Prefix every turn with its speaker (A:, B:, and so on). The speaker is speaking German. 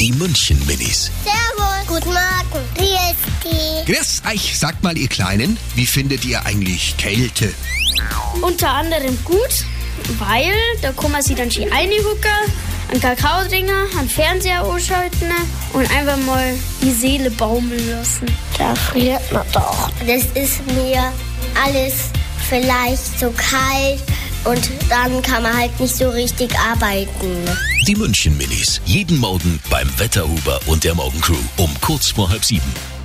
A: Die München Minis.
B: Servus. Guten Morgen. Grüß dich.
A: Grüß euch, sagt mal ihr Kleinen, wie findet ihr eigentlich Kälte?
C: Unter anderem gut, weil da kann man sich dann schön einhucken, einen Kakao trinken, einen Fernseher anschalten und einfach mal die Seele baumeln lassen.
B: Da friert man doch. Das ist mir alles vielleicht so kalt und dann kann man halt nicht so richtig arbeiten.
A: Die München Minis. Jeden Morgen beim Wetterhuber und der Morgencrew um kurz vor halb sieben.